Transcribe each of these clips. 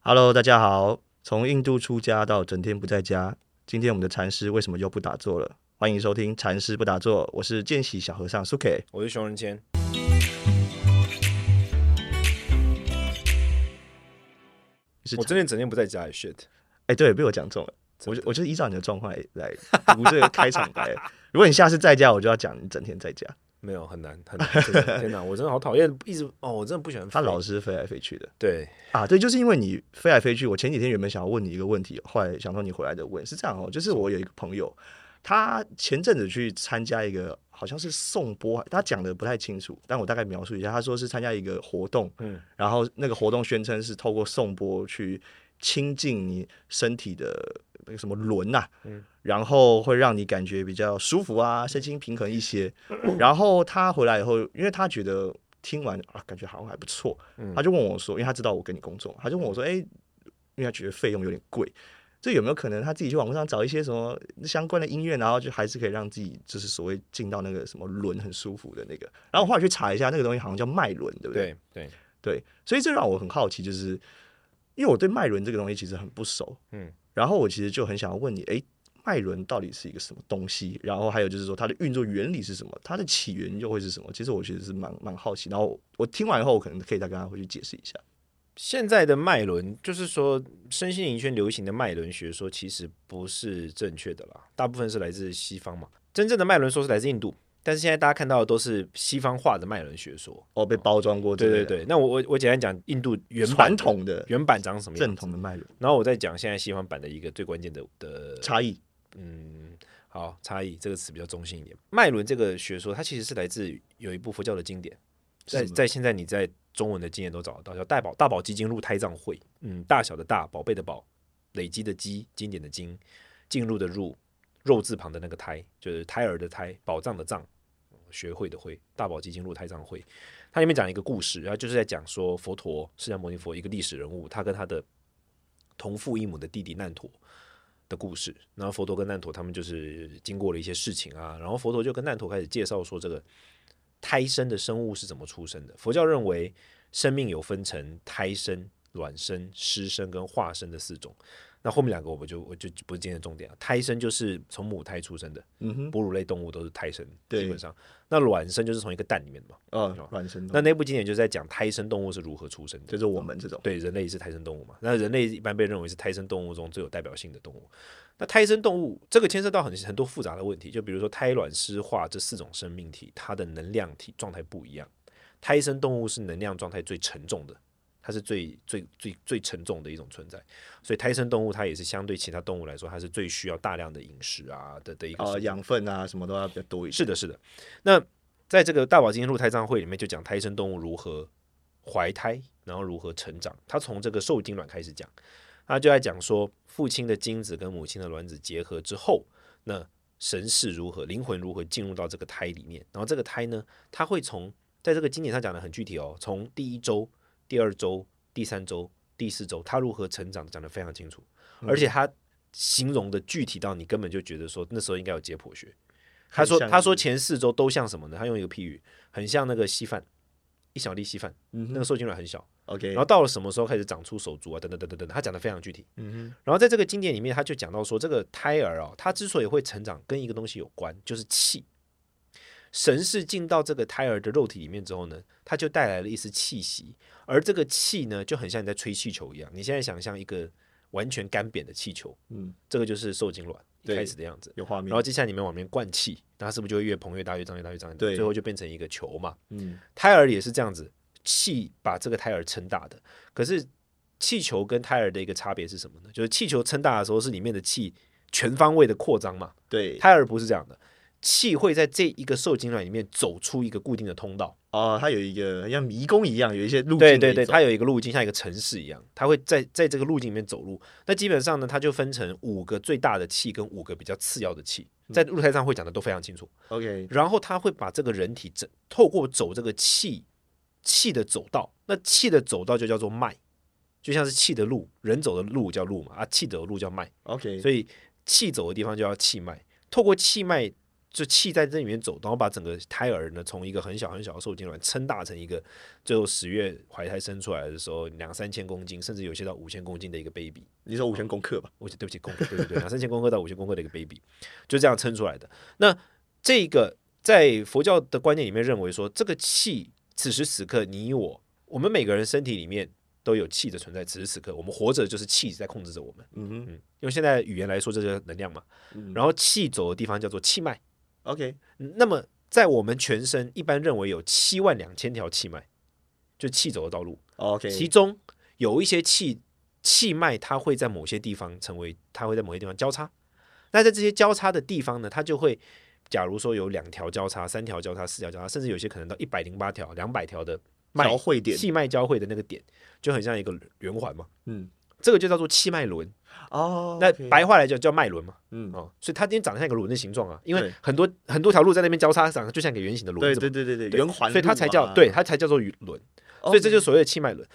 Hello，大家好。从印度出家到整天不在家，今天我们的禅师为什么又不打坐了？欢迎收听《禅师不打坐》，我是见习小和尚 Suki。我是熊仁谦。是我真的整天不在家里，shit。哎，对，被我讲中了。我真就的我就依照你的状况来读这个开场 白。如果你下次在家，我就要讲你整天在家。没有很难很难，真 的天哪，我真的好讨厌，一直哦，我真的不喜欢他飞老是飞来飞去的对，啊，对，就是因为你飞来飞去。我前几天原本想要问你一个问题，后来想说你回来的问是这样哦，就是我有一个朋友，他前阵子去参加一个好像是颂钵，他讲的不太清楚，但我大概描述一下，他说是参加一个活动，嗯，然后那个活动宣称是透过颂钵去亲近你身体的那个什么轮呐、嗯然后会让你感觉比较舒服啊，身心平衡一些。然后他回来以后，因为他觉得听完啊，感觉好像还不错，嗯他就问我说，因为他知道我跟你工作嘛，他就问我说，哎，因为他觉得费用有点贵。这有没有可能他自己去网络上找一些什么相关的音乐，然后就还是可以让自己就是所谓进到那个什么轮很舒服的那个？然后我后来去查一下，那个东西好像叫脉轮，对不对？对对，对，所以这让我很好奇，就是因为我对脉轮这个东西其实很不熟，嗯，然后我其实就很想要问你，诶，脉轮到底是一个什么东西？然后还有就是说它的运作原理是什么？它的起源又会是什么？其实我其实是蛮蛮好奇，然后我听完以后，我可能可以再跟他回去解释一下。现在的脉轮就是说，身心灵圈流行的脉轮学说其实不是正确的啦，大部分是来自西方嘛。真正的脉轮说是来自印度，但是现在大家看到的都是西方化的脉轮学说。哦，被包装过之对类对的，对，那我我我简单讲印度原传版的统的原版长什么样正统的脉轮然后我再讲现在西方版的一个最关键的呃的差异。嗯，好，差异这个词比较中性一点。脉轮这个学说，它其实是来自于有一部佛教的经典，是在什么在现在你在中文的经典都找得到，叫《大宝大宝积金入胎藏会》。嗯，大小的大，宝贝的宝，累积的积，经典的经，进入的入，肉字旁的那个胎，就是胎儿的胎，宝藏的藏，学会的会，大宝积金入胎藏会。它里面讲一个故事，然后就是在讲说佛陀释迦牟尼佛一个历史人物，他跟他的同父异母的弟弟难陀的故事。然后佛陀跟难陀他们就是经过了一些事情啊，然后佛陀就跟难陀开始介绍说这个胎生的生物是怎么出生的。佛教认为生命有分成胎生、卵生、湿生跟化生的四种。那后面两个我们就我就不是今天的重点啊。胎生就是从母胎出生的，嗯哼，哺乳类动物都是胎生，对基本上。那卵生就是从一个蛋里面的嘛。哦，卵生那动物，那部经典就是在讲胎生动物是如何出生的，就是我们这种对人类是胎生动物嘛？那人类一般被认为是胎生动物中最有代表性的动物。那胎生动物这个牵涉到很很多复杂的问题，就比如说胎卵湿化这四种生命体，它的能量体状态不一样。胎生动物是能量状态最沉重的，它是最最最最沉重的一种存在，所以胎生动物它也是相对其他动物来说，它是最需要大量的饮食啊的的一个啊生养分啊什么都要比较多一些。是的，是的。那在这个大宝金入胎藏会里面，就讲胎生动物如何怀胎，然后如何成长。他从这个受精卵开始讲，他就在讲说，父亲的精子跟母亲的卵子结合之后，那神识如何，灵魂如何进入到这个胎里面。然后这个胎呢，它会从在这个经典上讲的很具体哦，从第一周、第二周、第三周、第四周，它如何成长讲得非常清楚，嗯而且它形容的具体到你根本就觉得说那时候应该有解剖学。他说很像他说前四周都像什么呢？他用一个譬喻，很像那个稀饭，一小粒稀饭，嗯那个受精卵很小， ，OK，然后到了什么时候开始长出手足啊？等等等等等等，他讲的非常具体。嗯然后在这个经典里面，他就讲到说，这个胎儿哦，它之所以会成长，跟一个东西有关，就是气。神是进到这个胎儿的肉体里面之后呢，它就带来了一丝气息，而这个气呢，就很像你在吹气球一样。你现在想象一个完全干瘪的气球，哼，嗯，这个就是受精卵一对开始的样子。有画面，然后接下来你们往里面灌气，那它是不是就会越膨越大、越胀、越大、越胀？对最后就变成一个球嘛。嗯，胎儿也是这样子，气把这个胎儿撑大的。可是气球跟胎儿的一个差别是什么呢？就是气球撑大的时候是里面的气全方位的扩张嘛，对，胎儿不是这样的，气会在这一个受精卵里面走出一个固定的通道。哦，它有一个像迷宫一样，有一些路径可以对走。对对，它有一个路径，像一个城市一样，它会在在这个路径里面走路。那基本上呢，它就分成五个最大的气跟五个比较次要的气，嗯在露台上会讲的都非常清楚。 OK，然后他会把这个人体整透过走这个气气的走道，那气的走道就叫做脉，就像是气的路，人走的路叫路嘛，啊，气走的路叫脉， OK，所以气走的地方就叫气脉。透过气脉就气在这里面走，然后把整个胎儿呢从一个很小很小的受精卵撑大成一个最后十月怀胎生出来的时候两三千公斤，甚至有些到五千公斤的一个 baby。你说五千功课吧，我对不起，功课对对对，两三千功课到五千功课的一个 baby，就这样撑出来的。那这个在佛教的观念里面认为说，这个气此时此刻你我，我们每个人身体里面都有气的存在，此时此刻我们活着就是气在控制着我们。嗯哼嗯，用现在语言来说，这就是能量嘛。嗯然后气走的地方叫做气脉。 ，OK，那么在我们全身一般认为有七万两千条气脉，就气走的道路。哦 OK，其中有一些气气脉，它会在某些地方成为，它会在某些地方交叉。那在这些交叉的地方呢，它就会，假如说有两条交叉、三条交叉、四条交叉，甚至有些可能到一百零八条、两百条的脉交汇点，气脉交汇的那个点，就很像一个圆环嘛。嗯，这个就叫做气脉轮，哦，那 OK，白话来讲叫脉轮嘛，嗯，哦，所以它今天长得像一个轮的形状啊，因为对很多很多条路在那边交叉，长得就像一个圆形的轮对子嘛对对对对，对圆环路嘛，所以它才叫对，它才叫做轮。哦，所以这就是所谓的气脉轮。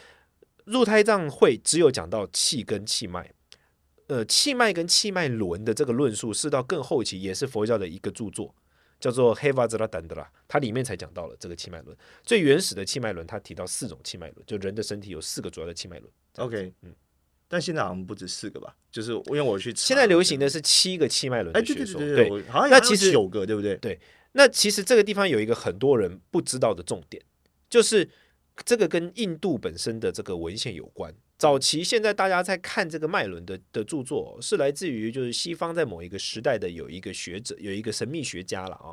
入胎藏会只有讲到气跟气脉，呃，气脉跟气脉轮的这个论述是到更后期，也是佛教的一个著作，叫做《黑瓦兹拉丹德拉》，它里面才讲到了这个气脉轮。最原始的气脉轮，它提到四种气脉轮，就人的身体有四个主要的气脉轮。 OK，嗯但现在好像不止四个吧，就是因为我去查现在流行的是七个气脉轮啊哎，的对对学对说。对对，我好像那好像其实九个对不对？那其实这个地方有一个很多人不知道的重点，就是这个跟印度本身的这个文献有关。早期现在大家在看这个脉轮的的著作哦、是来自于就是西方在某一个时代的有一个学者，有一个神秘学家了啊、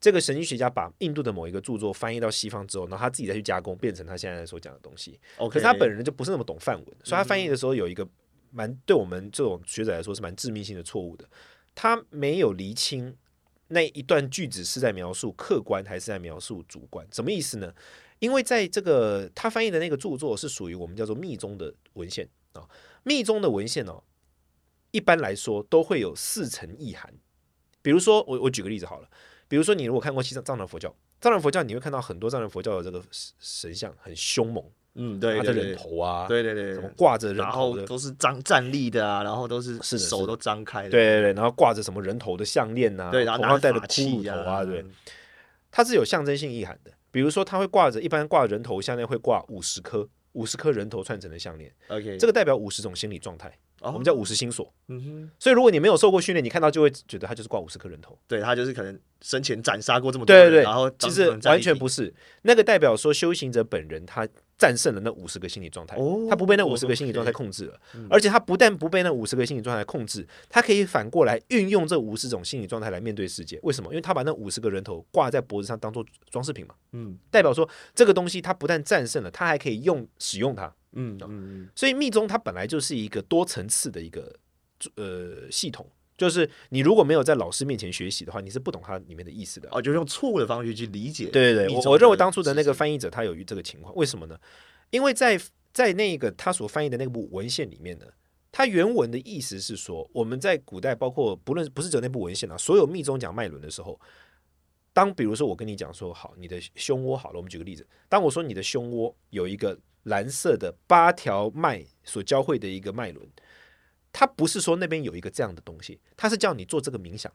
这个神秘学家把印度的某一个著作翻译到西方之后，然后他自己再去加工，变成他现在所讲的东西。 OK，哦可是他本人就不是那么懂范文，所以他翻译的时候有一个蛮对我们这种学者来说是蛮致命性的错误的，他没有厘清那一段句子是在描述客观还是在描述主观，什么意思呢？因为在这个他翻译的那个著作是属于我们叫做密宗的文献啊、密宗的文献哦，一般来说都会有四层意涵。比如说，我我举个例子好了，比如说你如果看过西藏藏传佛教，藏传佛教你会看到很多藏传佛教的这个神神像很凶猛，嗯对他对的对人，头啊，对对对什么对，挂着人然头后的，都是张站立的啊，然后都是是的是手的都张开的，对对对，然后挂着什么人头的项链呐、对，然后头拿上戴着着法骷器髅头啊，对，嗯它是有象征性意涵的。比如说，它会挂着，一般挂人头项链会挂五十颗，五十颗人头串成的项链， ，OK，这个代表五十种心理状态，哦我们叫五十心锁。嗯哼，所以，如果你没有受过训练，你看到就会觉得它就是挂五十颗人头。对他就是可能生前斩杀过这么多对人，对对，然后其当实场站完立全不是那个代表说修行者本人他战胜了那五十个心理状态，哦他不被那五十个心理状态控制了，而且他不但不被那五十个心理状态控制，他可以反过来运用这五十种心理状态来面对世界。为什么？因为他把那五十个人头挂在脖子上当做装饰品嘛，嗯代表说这个东西他不但战胜了，他还可以用使用它。嗯嗯所以密宗它本来就是一个多层次的一个呃系统。就是你如果没有在老师面前学习的话，你是不懂它里面的意思的。哦，就用错误的方式去理解，对对密对，我宗我认为的当初的那知个识翻译者他有这个情况，为什么呢？因为在在那个他所翻译的那部文献里面呢，他原文的意思是说，我们在古代，包括不论不是只有那部文献啊，所有密宗讲脉轮的时候，当比如说我跟你讲说，好，你的胸窝好了，我们举个例子，当我说你的胸窝有一个蓝色的八条脉所交汇的一个脉轮，它不是说那边有一个这样的东西，它是叫你做这个冥想，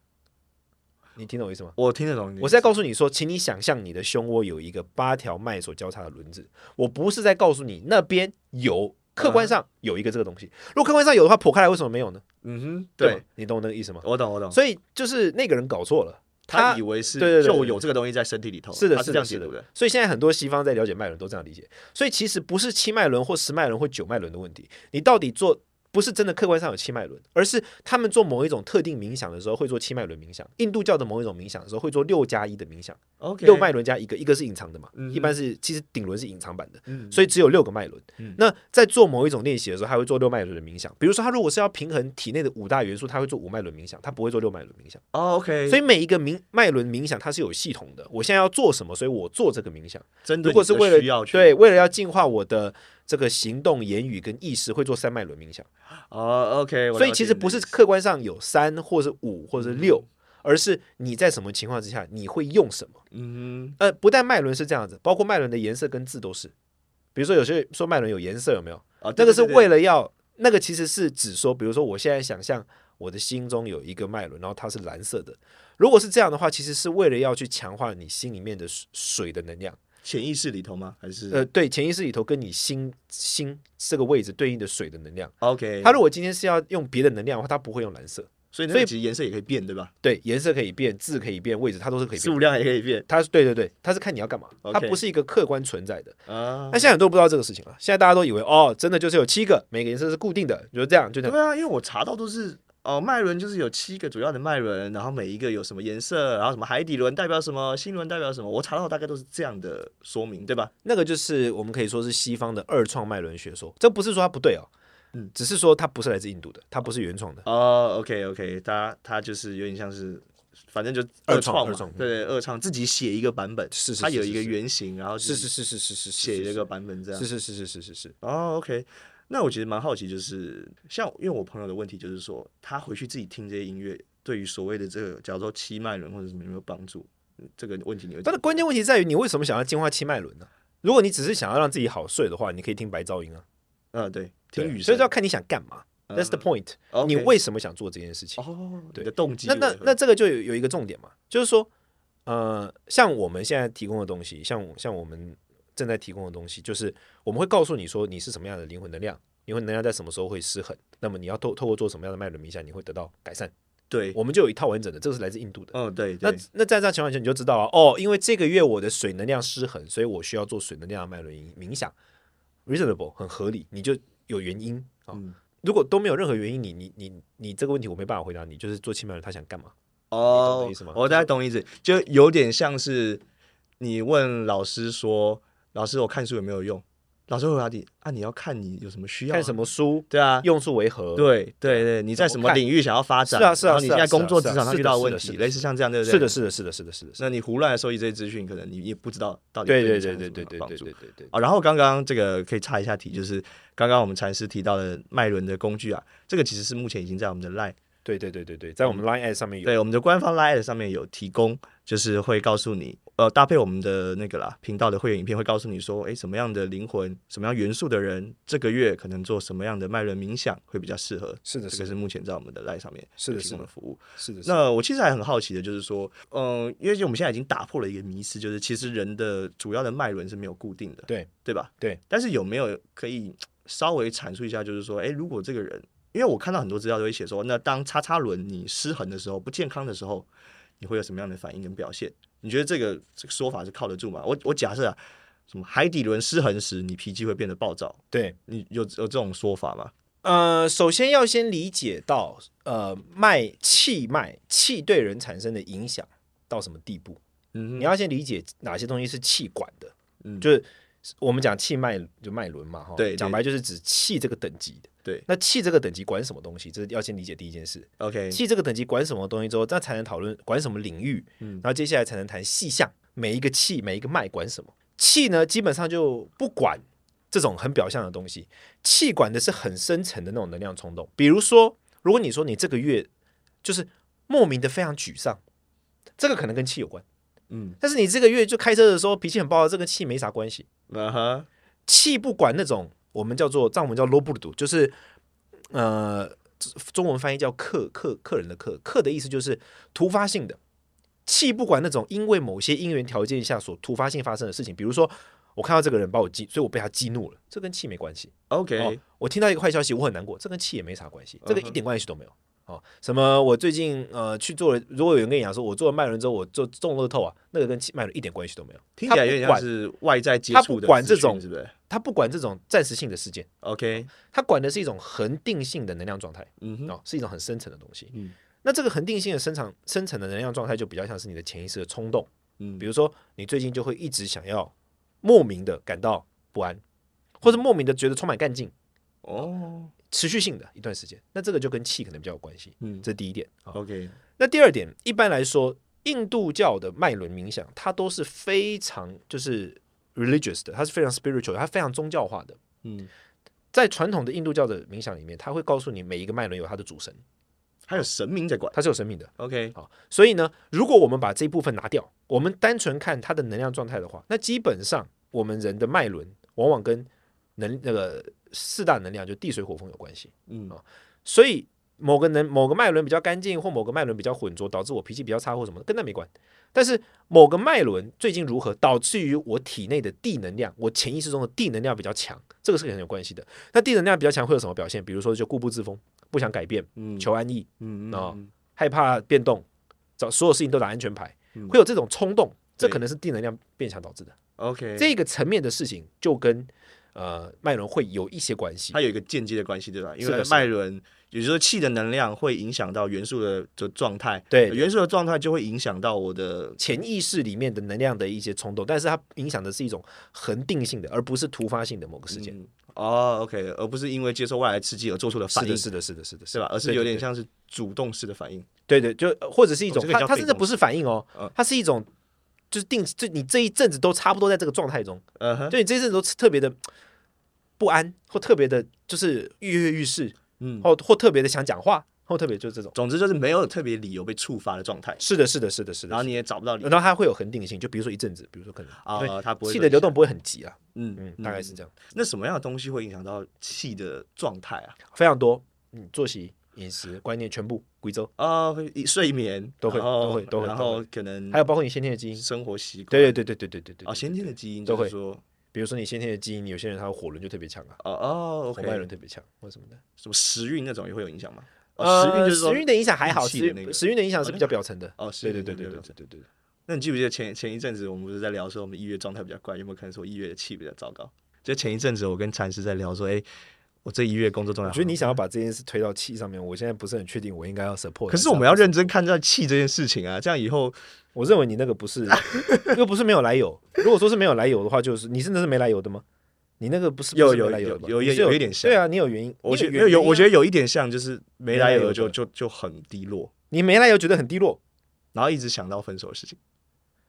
你听懂我意思吗？我听得懂你的意思，我是在告诉你说，请你想象你的胸窝有一个八条脉所交叉的轮子。我不是在告诉你那边有，客观上有一个这个东西。如果客观上有的话，剖开来为什么没有呢？嗯哼，吗对，你懂我那个意思吗？我懂我懂，所以就是那个人搞错了，他以为是对对对就对有这个东西在身体里头，是的，他是这的样是解读的的，。所以现在很多西方在了解脉轮都这样理解。所以其实不是七脉轮或十脉轮或九脉轮的问题，你到底做不是真的客观上有七脉轮，而是他们做某一种特定冥想的时候会做七脉轮冥想，印度教的某一种冥想的时候会做六加一的冥想。 OK，六脉轮加一个，一个是隐藏的嘛，嗯哼一般是其实顶轮是隐藏版的，嗯，所以只有六个脉轮。嗯那在做某一种练习的时候，他会做六脉轮的冥想。比如说，他如果是要平衡体内的五大元素，他会做五脉轮冥想，他不会做六脉轮冥想。哦 OK，所以以每一个冥脉轮冥想它是有系统的。我现在要做什么，所以我做这个冥想。针对如果你是的为需了要去对为了要净化我的这个行动、言语跟意识，会做三脉轮冥想。哦 OK，我所以了其解实你不的是意思客观上有三或是五或者六，而是你在什么情况之下你会用什么。嗯呃，不但脉轮是这样子，包括脉轮的颜色跟字都是。比如说，有些说脉轮有颜色，有没有？哼啊，那个是为了了要，那个其实是指说，比如说，我现在想象我的心中有一个脉轮，然后它是蓝色的。如果是这样的话，其实是为了要去强化你心里面的水水的能量。潜意识里头吗？还是、呃，对，潜意识里头跟你心心这个位置对应的水的能量。 OK？它如果今天是要用别的能量的话，它不会用蓝色。所以那所个以其实颜色也可以变，对吧？对，颜色可以变，字可以变，位置它都是可以变数的。量也可以变它是对对对，它是看你要干嘛，它 OK 不是一个客观存在的。啊那。现在很多人不知道这个事情了，现在大家都以为哦，真的就是有七个，每个颜色是固定的，就是这样，就这对样。啊，因为我查到都是哦，脉轮就是有七个主要的脉轮，然后每一个有什么颜色，然后什么海底轮代表什么，心轮代表什么，我查到大概都是这样的说明，对吧？那个就是我们可以说是西方的二创脉轮学说，这不是说它不对哦，嗯只是说它不是来自印度的，它不是原创的。哦，OK，OK、o k OK，它它就是有点像是。反正就二创创嘛，二创嗯对二创自己写一个版本，是是它是有是一个是原型，然后是就是是是是是是写这个版本这样是。是是是是是是，哦，OK，那我其实蛮好奇，就是像因为我朋友的问题就是说，他回去自己听这些音乐，对于所谓的这个，假如说七脉轮或者什么有没有帮助？嗯这个问题你会但怎是么关键问题在于你为什么想要进化七脉轮呢？如果你只是想要让自己好睡的话，你可以听白噪音啊，呃对，听对雨所声嗯以就要看你想干嘛。That's the point， ，OK，你为什么想做这件事情？哦你对的动机那为那何那这个就有有一个重点嘛，就是说，呃，像我们现在提供的东西，像我像我们正在提供的东西，就是我们会告诉你说你是什么样的灵魂能量，灵魂能量在什么时候会失衡，那么你要透透过做什么样的脉轮冥想，你会得到改善。对，我们就有一套完整的，这个是来自印度的。嗯对那对，那在这样情况下，你就知道了哦，因为这个月我的水能量失衡，所以我需要做水能量的脉轮冥想，reasonable 很合理，你就有原因啊、嗯如果都没有任何原因，你你你你这个问题我没办法回答你，就是做七脉轮他想干嘛？哦，意思吗我大概懂意思，就有点像是你问老师说，老师我看书有没有用？老师会回答你啊，你要看你有什么需要、啊，看什么书，对啊，用处为何？，对对对，你在怎什么么啊看领域想要发展？是啊是啊然后你是啊现在是啊工作是啊职场上是遇的到的是问的题是，的类似像这样，对不对？是的，是的，是的，是的，是的，是那的。你胡乱收集这些资讯，可能你也不知道到底对对对你产对生对什么对对帮对助对对对。啊，然后刚刚这个可以插一下题，就是刚刚我们禅师提到的脉轮的工具啊，这个其实是目前已经在我们的 Line 对对对对嗯对，在我们 Line Ad 上面有，对我们的官方 Line 上面有提供，就是会告诉你，呃，搭配我们的那个啦频道的会员影片，会告诉你说，诶，什么样的灵魂、什么样元素的人，这个月可能做什么样的脉轮冥想会比较适合。是的，这是个的，是目前在我们的 Line 上面是的有提是供的的服务。是的，是的那我其实还很好奇的，就是说，嗯，因为我们现在已经打破了一个迷思，就是其实人的主要的脉轮是没有固定的，对对吧？对。但是有没有可以稍微阐述一下，就是说，哎，如果这个人，因为我看到很多资料都会写说，那当叉叉轮你失衡的时候、不健康的时候，你会有什么样的反应跟表现？你觉得这个这个说法是靠得住吗？我我假设啊，什么海底轮失衡时，你脾气会变得暴躁，对。你有有这种说法吗？呃，首先要先理解到，呃，脉气脉气对人产生的影响到什么地步，嗯你要先理解哪些东西是气管的，嗯就是我们讲气脉就脉轮嘛，哈，对对讲白就是指气这个等级的。对那气这个等级管什么东西，这是要先理解第一件事。 ，OK，气这个等级管什么东西之后，那才能讨论管什么领域，嗯然后接下来才能谈细项，每一个气每一个脉管什么。气呢，基本上就不管这种很表象的东西，气管的是很深层的那种能量冲动。比如说，如果你说你这个月就是莫名的非常沮丧，这个可能跟气有关，嗯，但是你这个月就开车的时候脾气很暴躁，这跟气没啥关系。嗯哼，气不管那种我们叫做藏文叫 low 布鲁，就是呃中文翻译叫客客客人的客，客的意思就是突发性的。气不管那种因为某些因缘条件下所突发性发生的事情，比如说我看到这个人把我激，所以我被他激怒了，这跟气没关系。 OK，、嗯哦，我听到一个坏消息，我很难过，这跟气也没啥关系，这个一点关系都没有。哦，什么？我最近呃去做了，如果有人跟你讲说我做了脉轮之后，我做中乐透啊，那个跟气脉轮一点关系都没有。听起来有点他像不管是外在接他触不的管资这讯种是不是他不管这种暂时性的事件， ？OK，它管的是一种恒定性的能量状态，嗯哼，哦，是一种很深层的东西。嗯那这个恒定性的深层深层的能量状态，就比较像是你的潜意识的冲动。嗯比如说，你最近就会一直想要莫名的感到不安，或者莫名的觉得充满干劲，哦，持续性的一段时间。那这个就跟气可能比较有关系，嗯这是第一点啊。 ，OK，那第二点，一般来说，印度教的脉轮冥想，它都是非常就是 religious 的，它是非常 spiritual，它非常宗教化的。嗯，在传统的印度教的冥想里面，它会告诉你每一个脉轮有它的主神，还有神明在管它是有生命的。 ，OK，好，所以呢，如果我们把这一部分拿掉，我们单纯看它的能量状态的话，那基本上我们人的脉轮往往跟能那个四大能量，就地水火风有关系。嗯所以某个能某个脉轮比较干净，或某个脉轮比较浑浊，导致我脾气比较差或什么的，跟那没关。但是某个脉轮最近如何，导致于我体内的地能量，我潜意识中的地能量比较强，这个是很有关系的。那地能量比较强会有什么表现？比如说就固步自封，不想改变，嗯求安逸，嗯哦嗯害怕变动，找所有事情都打安全牌，嗯会有这种冲动，这对可能是地能量变强导致的。 ，OK，这个层面的事情就跟呃脉轮会有一些关系它。有一个间接的关系，对吧？因是的为是的脉轮，也就是气的能量会影响到元素的的状态，对对元素的状态就会影响到我的潜意识里面的能量的一些冲动，但是它影响的是一种恒定性的，而不是突发性的某个事件。嗯哦，OK，而不是因为接受外来刺激而做出的是反应，的，是的，是的，是的，是吧？而是对有点像是主动式的反应。对对，就呃或者是一哦种，这个它叫它被甚至动不是反应哦嗯，它是一种就是定，就你这一阵子都差不多在这个状态中，嗯哼，就你这一阵子都特别的不安，或特别的就是跃跃欲试，嗯，或或特别的想讲话，或特别就是这种。总之就是没有特别理由被触发的状态，是的，是的，是的，是的。然后你也找不到理由然后它会有恒定性，就比如说一阵子，比如说可能因为啊，它不会气的流动一下，不会很急啊，嗯嗯，大概是这样，那什么样的东西会影响到气的状态啊？非常多，嗯，作息、饮食、观念全部贵州，啊，会睡眠呃都会然后都会都会然后可能还有包括你先天的基因，生活习惯，对对对对对对对啊，对，嗯先天的基因都就会是说，比如说你先天的基因，有些人他的火轮就特别强啊，哦哦火脉，OK，轮特别强或什么的，什么时运那种也会有影响吗？哦，呃，时运就是说时运的影响还好，运时气的那运个时运的影响是比较表层的，哦，时对运对对那对个对对对对，那你记不记得前前一阵子我们不是在聊说我们一月状态比较怪，有没有可能是我一月的气比较糟糕？就前一阵子我跟禅师在聊说，哎、我这一月工作状态我好，觉得你想要把这件事推到气上面，我现在不是很确定我应该要 support，可是我们要认真看待气这件事情啊，这样以后我认为你那个不是，那个不是没有来由。 如果说是没有来由的话，就是你真的是没来由的吗？你那个不是有不是没有来由有的吧有你有是有一点像对啊，你有原因，啊我觉你得有，我觉得得有一点像，就是没来没来由由就的就就很低落，你没来由觉得很低落，然后一直想到分手的事情。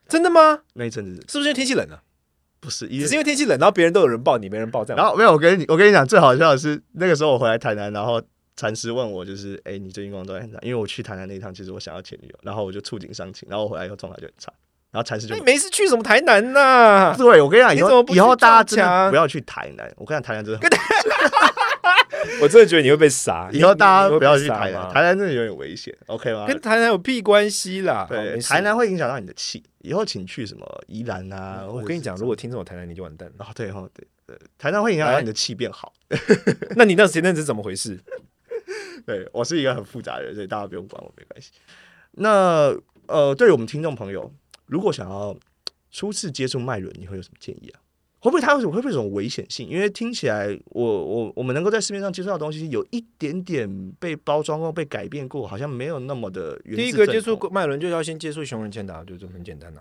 真的吗？那一阵子是不是因为天气冷啊？不是一只月是因为天气冷，然后别人都有人抱你，没人抱这样吗。然后没有，我跟你我跟你讲，最好笑的是那个时候我回来台南，然后禅师问我就是，哎、你最近工作状态很差，因为我去台南那一趟，其实我想要前女友，然后我就触景伤情，然后我回来以后状态就很差，然后禅师就那你没事哎去什么台南呐、对，我跟你讲，以你怎么后不去以后大家真撞的墙啊不要去台南。我跟你讲，台南真的很， 我真的觉得 你会被杀。以后大你家你会不被要去杀台南，吗台南真的有点危险，OK 吗？啊跟台南有啊屁关系啦。哦对，没事台南会影响到你的气，以后请去什么宜兰啊。嗯我跟你讲，如果听众有台南，你就完蛋了。啊、哦，对哦，对对，台南会影响到你的气变好。那你那前阵子怎么回事？哎对我是一个很复杂的人，所以大家不用管我，没关系。那呃，对于我们听众朋友，如果想要初次接触脉轮，你会有什么建议啊？会不会它有什么会不会有什么危险性？因为听起来我我我们能够在市面上接触到的东西，有一点点被包装过、被改变过，好像没有那么的原第一汁个正接触统，脉轮就要先接触熊人签打，啊就这很简单呐、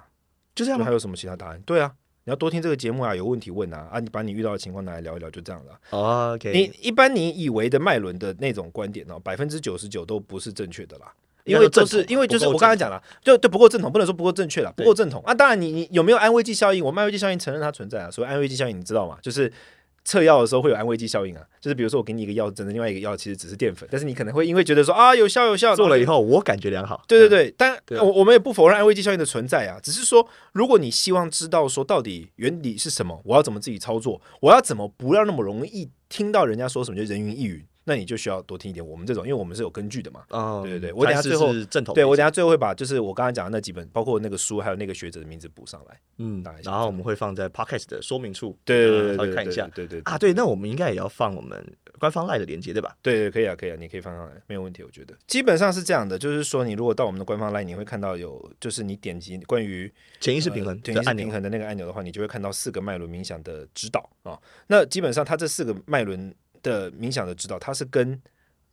就这样那还吗？有什么其他答案？对啊，你要多听这个节目啊，有问题问啊，啊，你把你遇到的情况拿来聊一聊，就这样了啊。哦，OK，你一般你以为的脉轮的那种观点哦，百分之九十九都不是正确的啦。应因该为说正就统是因为就是我刚不够才正讲了，就就不够正统，不能说不够正确了，不对够正统啊。当然你，你有没有安慰剂效应？我们安慰剂效应承认它存在啊。所以安慰剂效应你知道吗？就是测药的时候会有安慰剂效应啊。就是比如说我给你一个药，整的另外一个药其实只是淀粉，但是你可能会因为觉得说啊有效有效，做然后了就以后，我感觉良好。对对对，但对啊我我们也不否认安慰剂效应的存在啊，只是说，如果你希望知道说到底原理是什么，我要怎么自己操作，我要怎么不要那么容易听到人家说什么就人云亦云，那你就需要多听一点我们这种，因为我们是有根据的嘛。嗯，对对对我等还下是最后是正统，对，我等一下最后会把就是我刚才讲的那几本，包括那个书还有那个学者的名字补上来。嗯打一，下然后我们会放在 podcast 的说明处，对对大家稍对对微，看一下对对对啊。对，那我们应该也要放我们官方 line 的连接，对吧？对对，可以啊，可以啊，你可以放上来，没有问题。我觉得基本上是这样的，就是说你如果到我们的官方 line，你会看到有就是你点击关于潜意识呃平衡对，的你是按钮平。衡的那个按钮的话，你就会看到四个脉轮冥想的指导啊、那基本上它这四个脉轮的冥想的指导，它是跟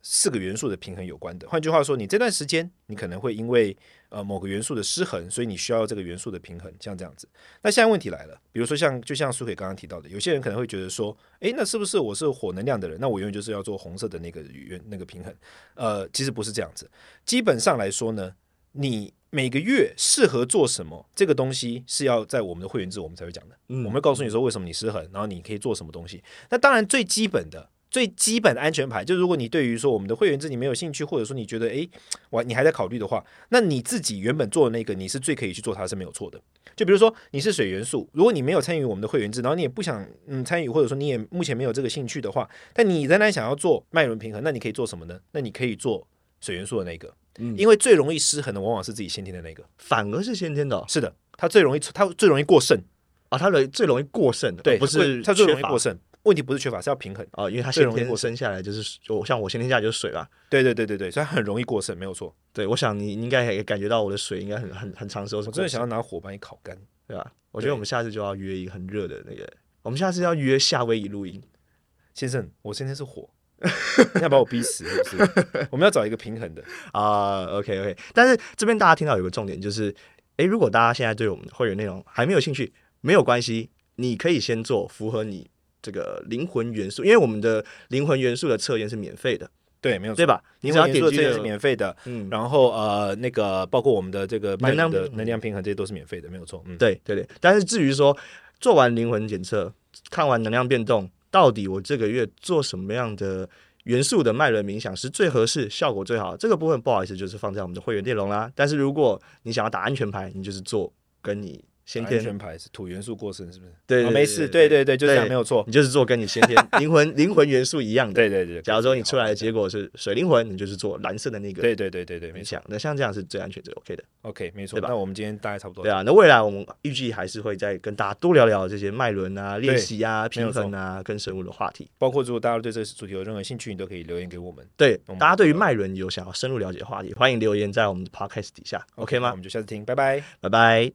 四个元素的平衡有关的。换句话说，你这段时间你可能会因为呃某个元素的失衡，所以你需要这个元素的平衡，像这样子。那现在问题来了，比如说像就像苏凯刚刚提到的，有些人可能会觉得说，诶，那是不是我是火能量的人？那我永远就是要做红色的那个元那个平衡？呃，其实不是这样子。基本上来说呢，你每个月适合做什么，这个东西是要在我们的会员制我们才会讲的。嗯我们会告诉你说为什么你失衡，然后你可以做什么东西。那当然最基本的最基本的安全牌，就如果你对于说我们的会员制你没有兴趣，或者说你觉得诶，我你还在考虑的话，那你自己原本做的那个你是最可以去做它是没有错的。就比如说你是水元素，如果你没有参与我们的会员制，然后你也不想嗯参与，或者说你也目前没有这个兴趣的话，但你仍然想要做脉轮平衡，那你可以做什么呢？那你可以做水元素的那个，嗯因为最容易失衡的往往是自己先天的那个。反而是先天的哦是的，它最容易它最容易过剩，啊，他容最容易过剩的，对，呃而不是它最容易缺乏过剩。问题不是缺乏，是要平衡。啊，因为他最先容易天过生下来就是我像我先天下来就是水吧。对对对对对，所以它很容易过剩，没有错。对，我想你你应该也感觉到我的水应该很很很长时候是我过真的剩想要拿火把你烤干。对吧？我觉得我们下次就要约一个很热的那个，我们下次要约夏威夷露营。先生，我今天是火，你想把我逼死是不是？我们要找一个平衡的。啊、o k OK，但是这边大家听到有个重点就是，诶，如果大家现在对我们的会员内容还没有兴趣，没有关系，你可以先做符合你这个灵魂元素，因为我们的灵魂元素的测验是免费的，对，没有错对？吧？你你只只要要点点做击这了个是免费的，嗯，然后呃，那个包括我们的这个脉能量轮的平衡能量平衡，这些都是免费的，没有错。嗯，对对对。但是至于说做完灵魂检测，看完能量变动，到底我这个月做什么样的元素的脉轮冥想是最合适、效果最好，这个部分不好意思，就是放在我们的会员内容啦。但是如果你想要打安全牌，你就是做跟你先安天全牌是土元素过剩，是不是？对哦对没事，对对对对对，就这样，对嗯没有错。你就是做跟你先天 灵魂灵魂元素一样的。对对对，假如说你出来的结果是水灵魂，你就是做蓝色的那个对对对对对，没冥错。想。那像这样是最安全、最 OK 的， OK，没对错。吧那我们今天大概差不多对。啊。那未来我们预计还是会再跟大家多聊聊这些脉轮啊、练习啊、没有平衡啊、跟生物的话题。包括如果大家对这个主题有任何兴趣，你都可以留言给我们。对我，们大家对于脉轮有想要深入了解的话题，欢迎留言在我们的 Podcast 底下，OK 那我吗？们就下次听，拜拜。拜拜。